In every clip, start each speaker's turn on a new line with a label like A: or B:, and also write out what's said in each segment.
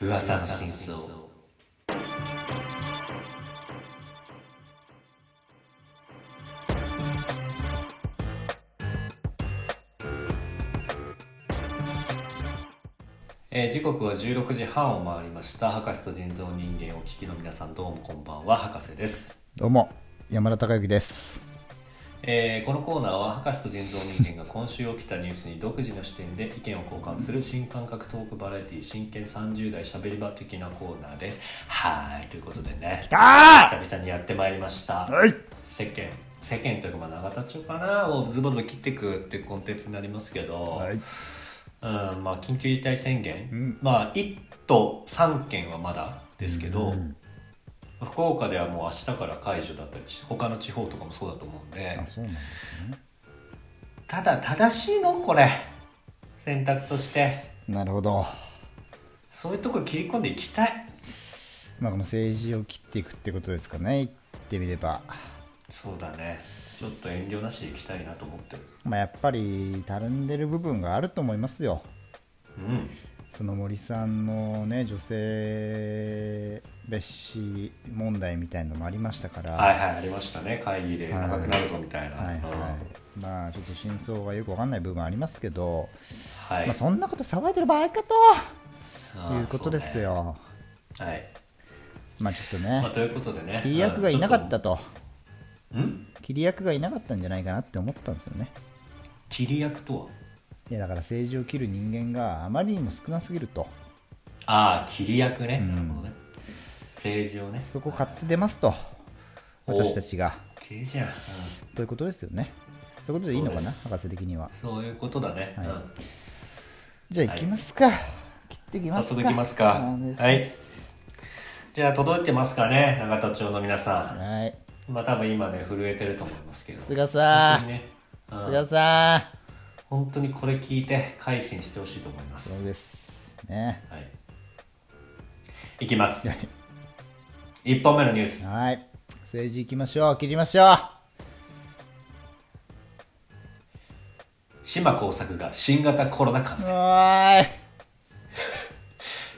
A: 噂の真相えー時刻は16時半を回りました博士と人造人間をお聞きの皆さんどうもこんばんは博士です
B: どうも山田孝之です。
A: えーこのコーナーは博士と人造人間が今週起きたニュースに独自の視点で意見を交換する新感覚トークバラエティ真剣30代しゃべり場的なコーナーですはーいということでね
B: きたー
A: 久々にやってまいりました
B: はい
A: 世間世間というかまあ永田町かなをズボズボ切っていくっていうコンテンツになりますけど、
B: はい
A: うんまあ、緊急事態宣言、
B: うん
A: まあ、1都3県はまだですけど、福岡ではもう明日から解除だったりし他の地方とかもそうだと思うんで
B: あそうなんですね。
A: ただ正しいのこれ選択として
B: なるほど。
A: そういうとこ切り込んでいきたい
B: まあこの政治を切っていくってことですかね。言ってみれば、
A: そうだねちょっと遠慮なしでいきたいなと思ってる
B: まあやっぱりたるんでる部分があると思いますよ。
A: うん
B: その森さんのね女性蔑視問題みたいのもありましたから。
A: はいはいありましたね会議で長くなるぞみたいな、
B: はい
A: うんは
B: はい。まあちょっと真相がよくわかんない部分ありますけど、
A: い
B: まあそんなこと騒いでる場合か
A: あ
B: と
A: ー
B: いうことですよ。
A: そうねはい、
B: まあちょっと
A: まあ、
B: ね、
A: ということでね
B: 切り役がいなかっ
A: う
B: たと。
A: んちょっとうん
B: 切り役がいなかったんじゃないかなって思ったんですよね
A: 切り役とはい
B: やだから政治を切る人間があまりにも少なすぎると
A: ああ切り役ね、
B: うん
A: なるほどね政治をね
B: そこ買って出ますと
A: お
B: 私たちが
A: 系じゃん、うん
B: ということですよねそういうことでいいのかな
A: そうです
B: 博士的には
A: そういうことだね、
B: はい
A: うん
B: じゃあ行きますか、切ってきま
A: 早
B: すか
A: 速行きますか
B: あー
A: はいじゃあ届いてますかね永田町の皆さ
B: はい
A: んまあ多分今ね震えてると思いますけど
B: 菅
A: 本
B: さ
A: 当
B: ん、
A: にね、うん
B: 菅さん
A: 本当にこれ聞いて改心してほしいと思いま
B: そう
A: す
B: ですね
A: はいいきます1本目のニュース
B: はい政治行きましょう切りましょう
A: 島耕作が新型コロナ感染
B: はーい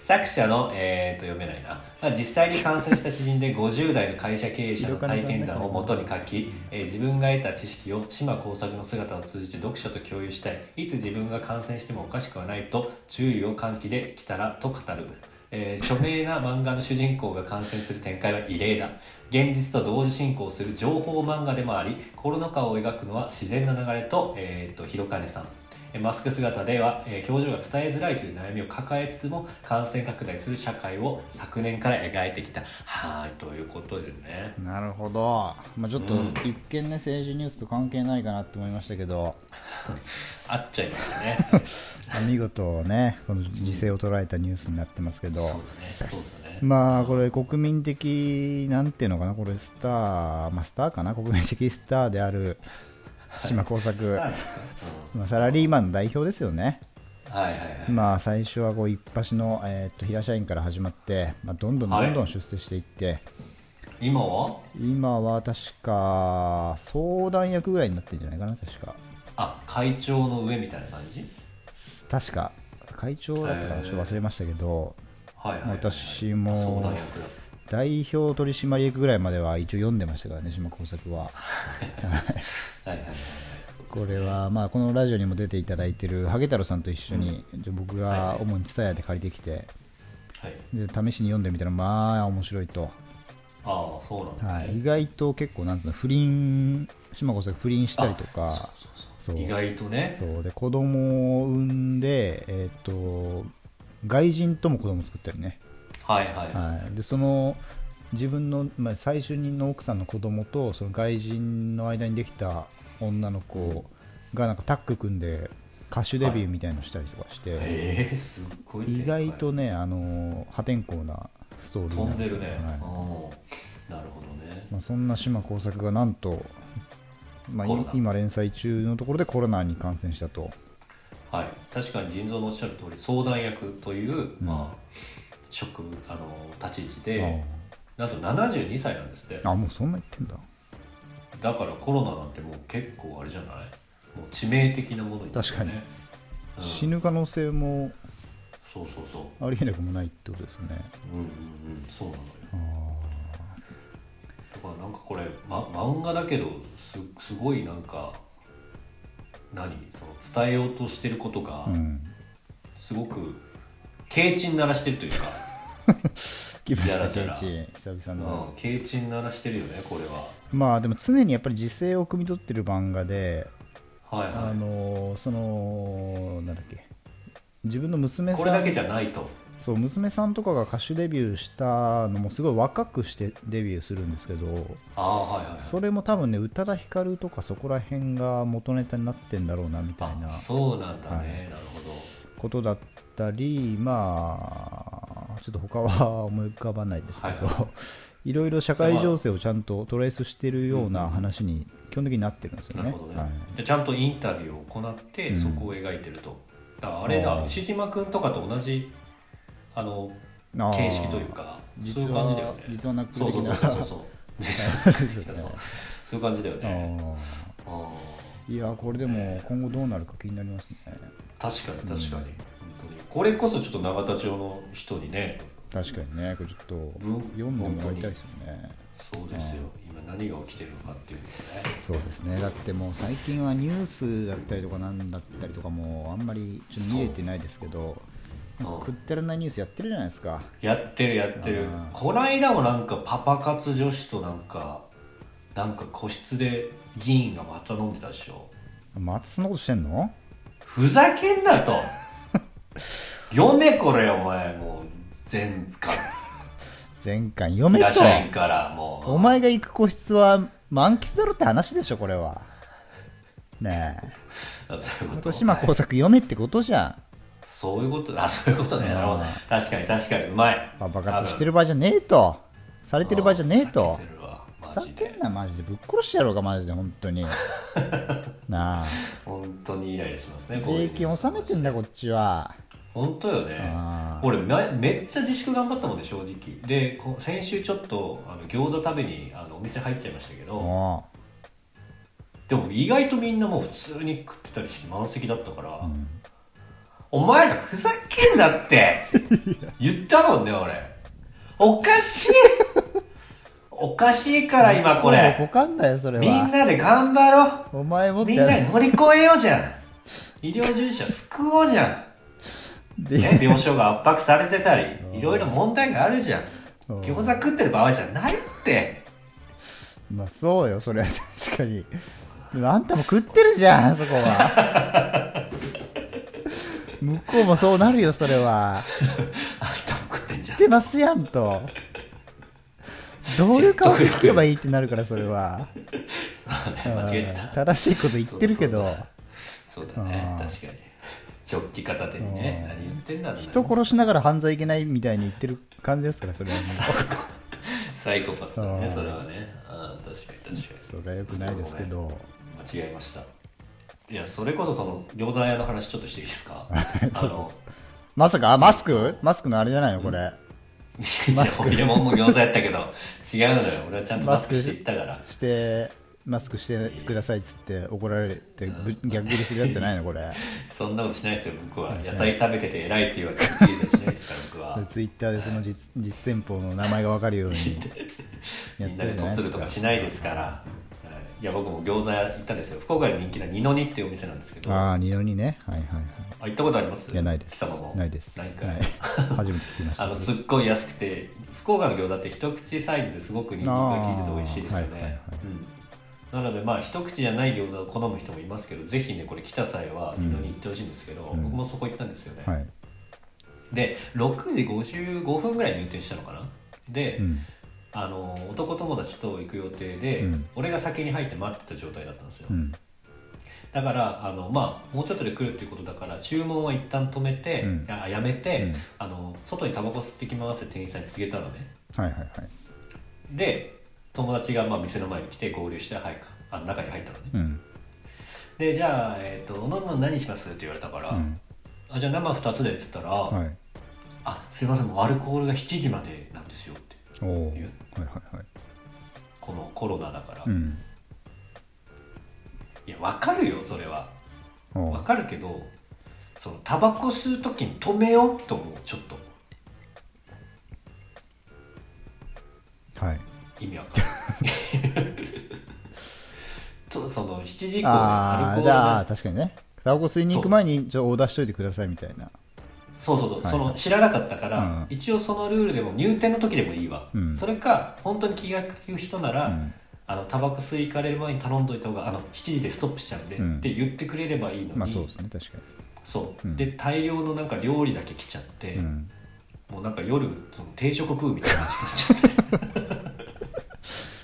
A: 作者の、えー、と読めないな、まあ、実際に感染した知人で50代の会社経営者の体験談をもとに書き、えー自分が得た知識を島耕作の姿を通じて読者と共有したいいつ自分が感染してもおかしくはないと注意を喚起できたらと語る。えー著名な漫画の主人公が感染する展開は異例だ現実と同時進行する情報漫画でもありコロナ禍を描くのは自然な流れと,、えー、と広金さんえーマスク姿ではえー表情が伝えづらいという悩みを抱えつつも感染拡大する社会を昨年から描いてきたはいということでね
B: なるほど、まあ、ちょっと一見ね、政治ニュースと関係ないかなって思いましたけど、
A: あっちゃいましたね
B: まあ見事ね、この時勢を捉えたニュースになってますけど、
A: そうだねそうだ ね
B: まあこれ、国民的、なんていうのかな、これ、スター、まあ、スターかな、国民的スターである島耕作、
A: スターですか、
B: まあ、サラリーマンの代表ですよね。
A: うん、はいはいはい、
B: まあ、最初はこう一発の、えーっと平社員から始まって、まあ、どんどんどんど
A: は
B: ん出世していって、
A: 今は
B: 今は確か相談役ぐらいになってるんじゃないかな、確か。
A: あ会長の上みたいな感じ
B: 確か会長だったか
A: へ
B: な
A: ー
B: ちょっと忘れましたけど
A: はいはい、はい、
B: 私
A: あ相
B: も
A: 談役だ
B: 代表取締役ぐらいまでは一応読んでましたからね島耕作は
A: はいはいはいはい
B: これはまあこのラジオにも出ていただいてるハゲ太郎さんと一緒に、じゃあ
A: は
B: 僕
A: い
B: が
A: はい
B: 主に蔦屋で借りてきて
A: はい
B: で試しに読んでみたらまあ面白いと、
A: ああそうなんだ、ね
B: はい、意外と結構なんつうの不倫島耕作不倫したりとか
A: そうそうそう
B: そう
A: 意外とね
B: そうで子供を産んでえっ、と外人とも子供作ったりね
A: はいはい、はい、
B: はい、でその自分の、まあ、最初の奥さんの子供とその外人の間にできた女の子がなんかタッグ組んで歌手デビューみたいのしたりとかして、
A: えー、すっごいね
B: 意外とね、あのー破天荒なストーリー
A: 飛
B: なん
A: んで
B: ですよ
A: るね、
B: は
A: う
B: い
A: んなるほどね
B: まあ、そんな島耕作がなんと、まあ、い
A: コロナ
B: 今連載中のところでコロナに感染したと
A: はい確かに腎臓のおっしゃる通り相談役という、まあ職あの立ち位置でなんと72歳なんですって
B: あもうそんな言ってんだ
A: だからコロナなんてもう結構あれじゃないもう致命的なものになってる
B: 確かに
A: うん
B: 死ぬ可能性も
A: そうそうそう
B: ありえなくもないってことですよね
A: うんうんうんそうなのよ
B: あ
A: だからなんかこれ、ま、漫画だけどすすごいなんか何その伝えようとしてることが
B: あうん
A: すごく軽チン鳴らしてると いうか、
B: 来まし
A: やら
B: た
A: せ
B: ケ
A: な
B: イチン久々の
A: うん、軽チン鳴らしてるよねこれ
B: まあでも常にやっぱり時勢を汲み取ってる漫画で
A: ははい
B: あ
A: は
B: のーそのなんだっけ自分の
A: い
B: 娘
A: これ
B: さ
A: だ
B: ん
A: けじゃないと
B: そう娘さんとかが歌手デビューしたのもすごい若くしてデビューするんですけど
A: ああはいはいはい
B: それも多分ね宇多田ヒカルとかそこら辺が元ネタになってんだろうなみたいな
A: あそうなんだね、
B: はい
A: なるほど
B: ことだったりまあちょっと他は思い浮かばないですけど、
A: はい
B: いろ いろ社会情勢をちゃんとトレースしてるような話に基本的になってるんですよ
A: な
B: ね。
A: るほどね、
B: はい
A: でちゃんとインタビューを行って
B: うん
A: そこを描いてると、だからあれだ
B: あー
A: 牛島君とかと同じあの
B: あー
A: 形式というかそういう感じだよね
B: 実はなく
A: そう
B: 的
A: そうそ
B: な
A: うそう そう実は
B: そうです
A: そう
B: ね
A: そういう感じだよ
B: あ
A: ね
B: ー
A: あー
B: いやこれでも今後どうなるか気になりますね
A: 確かに確かに、本当にこれこそちょっと永田町の人にね
B: 確かにねこれちょっと
A: うん
B: 読んでもらいたいですよね
A: そうですよ今何が起きてるのかっていうのをね
B: そうですねだってもう最近はニュースだったりとかなんだったりとかもうあんまりちょっと見れてないですけど
A: そう
B: くったらないニュースやってるじゃないですか
A: やってるやってる
B: あー
A: こないだもなんかパパ活女子となんかなんか個室で議員がまた飲んでたでしょ
B: またそんなことしてんの
A: ふざけん なと読めこれお前もう全部か
B: 前回読めと
A: ら社員からもう
B: お前が行く個室は満喫だろって話でしょこれはねえ
A: あそういうこと
B: 豊島耕作読めってことじゃん
A: そういうことあそういうことね
B: あー
A: なるほど確かに確かにうまい
B: パパ活して
A: る
B: る場合じゃねえとされてる場合じゃねえ
A: 避
B: と
A: けてるわ
B: ふ
A: マ
B: ざ
A: ジ
B: け
A: で
B: んなマジでぶっ殺してやろうかマジで本 当になあ
A: 本当にイライラしますねこうい
B: 税
A: う
B: 金納めてんだこっちは
A: 本当よね
B: あー
A: 俺めめっちゃ自粛頑張ったもんで正直でこ先週ちょっとあの餃子食べにあのお店入っちゃいましたけど
B: も
A: でも意外とみんなもう普通に食ってたりして満席だったから、
B: う、うん
A: お前らふざけんなって 言ったもんね俺おかしいおかしいから今こ
B: なんで
A: れ
B: こかんだよそれ
A: みん
B: は
A: なで頑張ろう
B: お前もっ
A: み
B: て
A: んなに乗り越えようじゃん医療従事者救おうじゃん、
B: で
A: ね、病床が圧迫されてたりいろいろ問題があるじゃん
B: うん
A: 餃子食ってる場合じゃないって
B: まあそうよそれは確かにでもあんたも食ってるじゃんそこは 向こうもそうなるよそれは
A: あんたも食ってんじゃ
B: 食
A: ん
B: ってますやんとどういう顔で聞けばいいってなるからそれは
A: 間違えて
B: うん
A: た
B: 正しいこと言ってるけど
A: そうだね
B: あー
A: 確かにジョッキ片手にね
B: うん
A: 何言ってんだろうな
B: 人殺しながら犯罪いけないみたいに言ってる感じですからそれはもう
A: サイコ サイコパスだ
B: う
A: ね
B: ん
A: それはねうん確かに確かに
B: それはよくないですけど
A: 間違えましたいやそれこそその餃子屋の話ちょっとしていいです かあの
B: まさかあマスクマスクのあれじゃないのこれ
A: いや俺ももう餃子やったけど違うのよ俺はちゃんとマスクしていったから
B: してマスクしてくださいっつって怒られてぶ逆ギレするやつじゃないのこれ
A: そんなことしないですよ僕は
B: うん
A: 野菜食べてて偉いって言われても自由はしないですから僕 は
B: ツイッターでその実実店舗の名前が分かるように
A: み
B: やっ
A: ん
B: て
A: なで
B: るじゃ
A: と
B: ない
A: つ
B: で
A: るとか
B: す
A: しないですからはいいや僕も餃子屋行ったんですよ福岡で人気な二の二っていうお店なんですけど
B: かああ二の二ねはいはいはい
A: あ行ったことあります
B: いやないです
A: 貴様も
B: ないです
A: ないんかい
B: はい 初めて聞きま し
A: あ
B: た
A: のすっごい安くて福岡の餃子って一口サイズですごくニンニクが効いてて美味しいですよ
B: あーはいはいは
A: ね
B: い、
A: うんなのでまあ一口じゃない餃子を好む人もいますけどぜひねこれ来た際は二度に行ってほしいんですけど、
B: ん
A: 僕もそこ行ったんですよね、
B: はい
A: で6時55分ぐらいに入店したのかなで、
B: うん
A: あの男友達と行く予定で、
B: うん
A: 俺が先に入って待ってた状態だったんですよ、
B: うん
A: だからあの、まあ、もうちょっとで来るっていうことだから注文は一旦止めて、
B: うん
A: あやめて、
B: うん
A: あの外にタバコ吸ってきますって店員さんに告げたのね
B: はいはいはい
A: で友達がまあ店の前に来て合流して、はい、あ中に入ったのね、
B: うん
A: でじゃあ、えーと「お飲むの何します?」って言われたから「
B: うん
A: あじゃあ生2つで」っつったら「
B: はい
A: あすいませんもうアルコールが7時までなんですよ」って
B: おおはい
A: 言う
B: はいはい
A: このコロナだから、
B: うん
A: いや分かるよそれは
B: お
A: 分かるけどそのタバコ吸う時に止めようと思うちょっと
B: はい
A: 意味わかん ないとその7時以降ねア
B: あ
A: ルコール
B: あじゃ
A: が
B: あ確かにねタバコ吸いに行く前にじゃあオーダーしといてくださいみたいな
A: そうそうそう、
B: いはい
A: その知らなかったから、
B: うん
A: 一応そのルールでも入店の時でもいいわ、
B: うん
A: それか本当に気が利く人なら、
B: うん
A: あのタバコ吸い行かれる前に頼んどいた方があの7時でストップしちゃうんで、
B: うん
A: って言ってくれればいいのに、
B: まあそうですね確か
A: そう、
B: うん
A: で大量のなんか料理だけ来ちゃって、
B: に、うん、
A: もうなんか夜その定食食うみたいな感じになっちゃって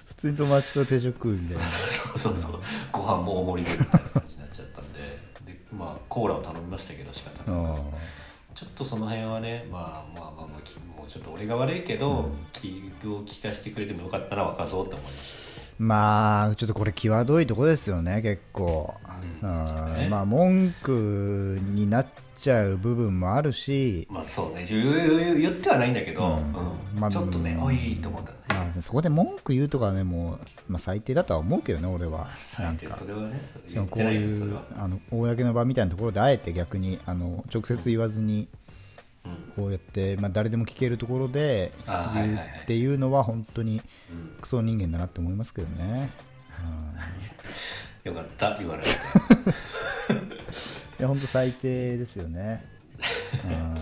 B: 普通に友達と定食食うみたいな
A: そうそうそうご飯も大盛りでみたいな感じになっちゃったんででまあコーラを頼みましたけど仕方なく
B: あ
A: ちょっとその辺はねまあまあまあまあきもうちょっと俺が悪いけど、
B: うん
A: 気を利かしてくれてもよかったら若そうって思いまし
B: ーまあちょっとこれ際どいとこですよね結構、
A: うん
B: あー
A: ね
B: まあ文句になっちゃう部分もあるした
A: まあそうね言う言ってはないんだけど、
B: うん
A: うん
B: まあ
A: ちょっとね、
B: うん
A: おいと思ったね
B: まあ、そこで文句言うとかはねもう、まあ、最低だとは思うけどね俺は
A: 最低それはねそれ
B: そ
A: 言
B: の
A: っ
B: こう
A: てないよそ
B: い
A: れ
B: う
A: は、
B: あの公の場みたいなところであえて逆にあの直接言わずに
A: うん
B: こうやって、まあ、誰でも聞けるところで
A: あーはい
B: 言う
A: はいはい
B: っていうのは本当に
A: うん、
B: クソ人間だなって思いますけどね。う
A: よ
B: ん
A: かった言わな くて
B: いや本当最低ですよね。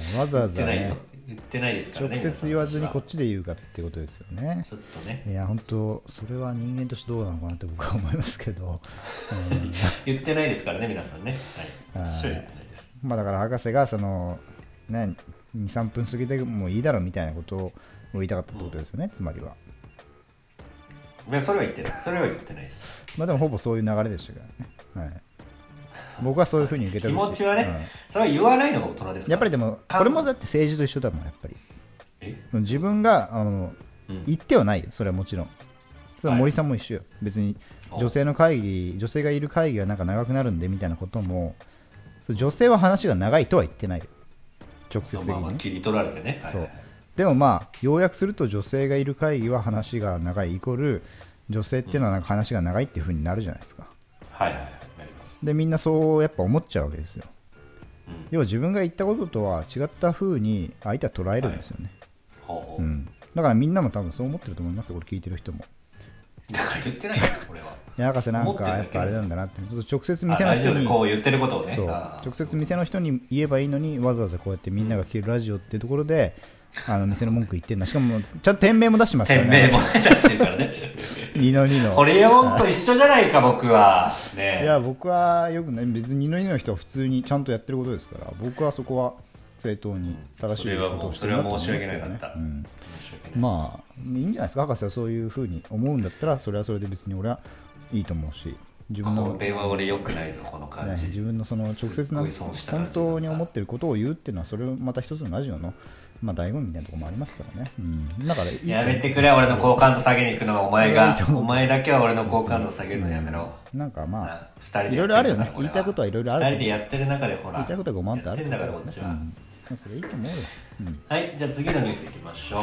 B: うんわざ
A: 言
B: わ
A: って
B: ざ、
A: ないよ
B: ね、
A: 言ってないですからね
B: 直接言わずにこっ
A: ち
B: ちで言うかってことですよね。
A: ちょっとね
B: いや本当それは人間としてどうなのかなって僕は思いますけど、うん
A: 言ってないですからね皆さんねはい
B: はい
A: 私は言ってないです
B: まあだから博士がその、ね、23分過ぎてもういいだろみたいなことを言いたかったってことですよね、つまりは。
A: いやそれは言ってないそれは言ってないし
B: まあでもほぼそういう流れでしたからね。はい、僕はそういうふうに受け
A: 気
B: 取るし
A: 持ちはね、
B: うん
A: それは言わないのが大人ですから
B: やっぱりでも
A: か
B: これもだって政治と一緒だもんやっぱり
A: え、
B: 自分があの
A: うん
B: 言ってはないよそれはもちろんそれは森さんも一緒よ、別に女性の会議女性がいる会議がなんか長くなるんでみたいなこともそう女性は話が長いとは言ってないよ直接的
A: まあ
B: に
A: まあ
B: ね
A: 切り取られてねはい
B: そ
A: は
B: う
A: い
B: でもまあ要約すると女性がいる会議は話が長いイコール女性っていうのはなんか話が長いっていうふうになるじゃないですか
A: はいはいはいなります
B: でみんなそうやっぱ思っちゃうわけですよ
A: うん
B: 要は自分が言ったこととは違ったふうに相手は捉えるんですよね、
A: ほうほう、
B: うん、だからみんなも多分そう思ってると思いますよこれ聞いてる人も
A: だから言ってないよ俺 は
B: いや博士なん
A: 思って
B: か
A: るだけ
B: やっぱあれなんだなってちょっと直
A: あ
B: 接店の
A: 大丈
B: 人
A: 夫
B: に
A: こう言ってることをね
B: そう
A: あー
B: 直接店の人に言えばいいのにわざわざこうやってみんなが聞けるラジオっていうところであの店の文句言ってんだしかもちゃんと店名も出してますから
A: 店名
B: ね
A: も出してるからね
B: 二の二の
A: ホレオンと一緒じゃないか僕はね
B: いや僕はよくね別に二の二の人は普通にちゃんとやってることですから僕はそこは正当に正しいことをしてるなと思いますけどね
A: それはもうそれは申し訳なかった
B: うん
A: 申し訳ない
B: まあいいんじゃないですか博士はそういうふうに思うんだったらそれはそれで別に俺はいいと思うし自分の
A: こ、れは俺良くないぞこの
B: ね
A: 感じ、
B: 自分のその直接な
A: すっごい損した感
B: 本
A: じ
B: 当に思ってることを言うっていうのはそれをまた一つのラジオの、まあ、醍醐味みたいなところもありますからね、うん、だからいいと思う
A: やめてくれ俺の好感度下げに行くのはお前
B: い
A: が
B: やいいと思
A: お前だけは俺の好感度下げるのやめろ、
B: なんかまあ
A: な二人で
B: いろいろあるよ
A: やっ
B: ね
A: てんだから
B: 言いたいことはいろいろある
A: 二人でやってる中でほら
B: 言いたいことは5万ってあ
A: や
B: る
A: ってんだからこっちは、
B: うんまあそれいいと思うよ、うん
A: はいじゃあ次のニュースいきましょう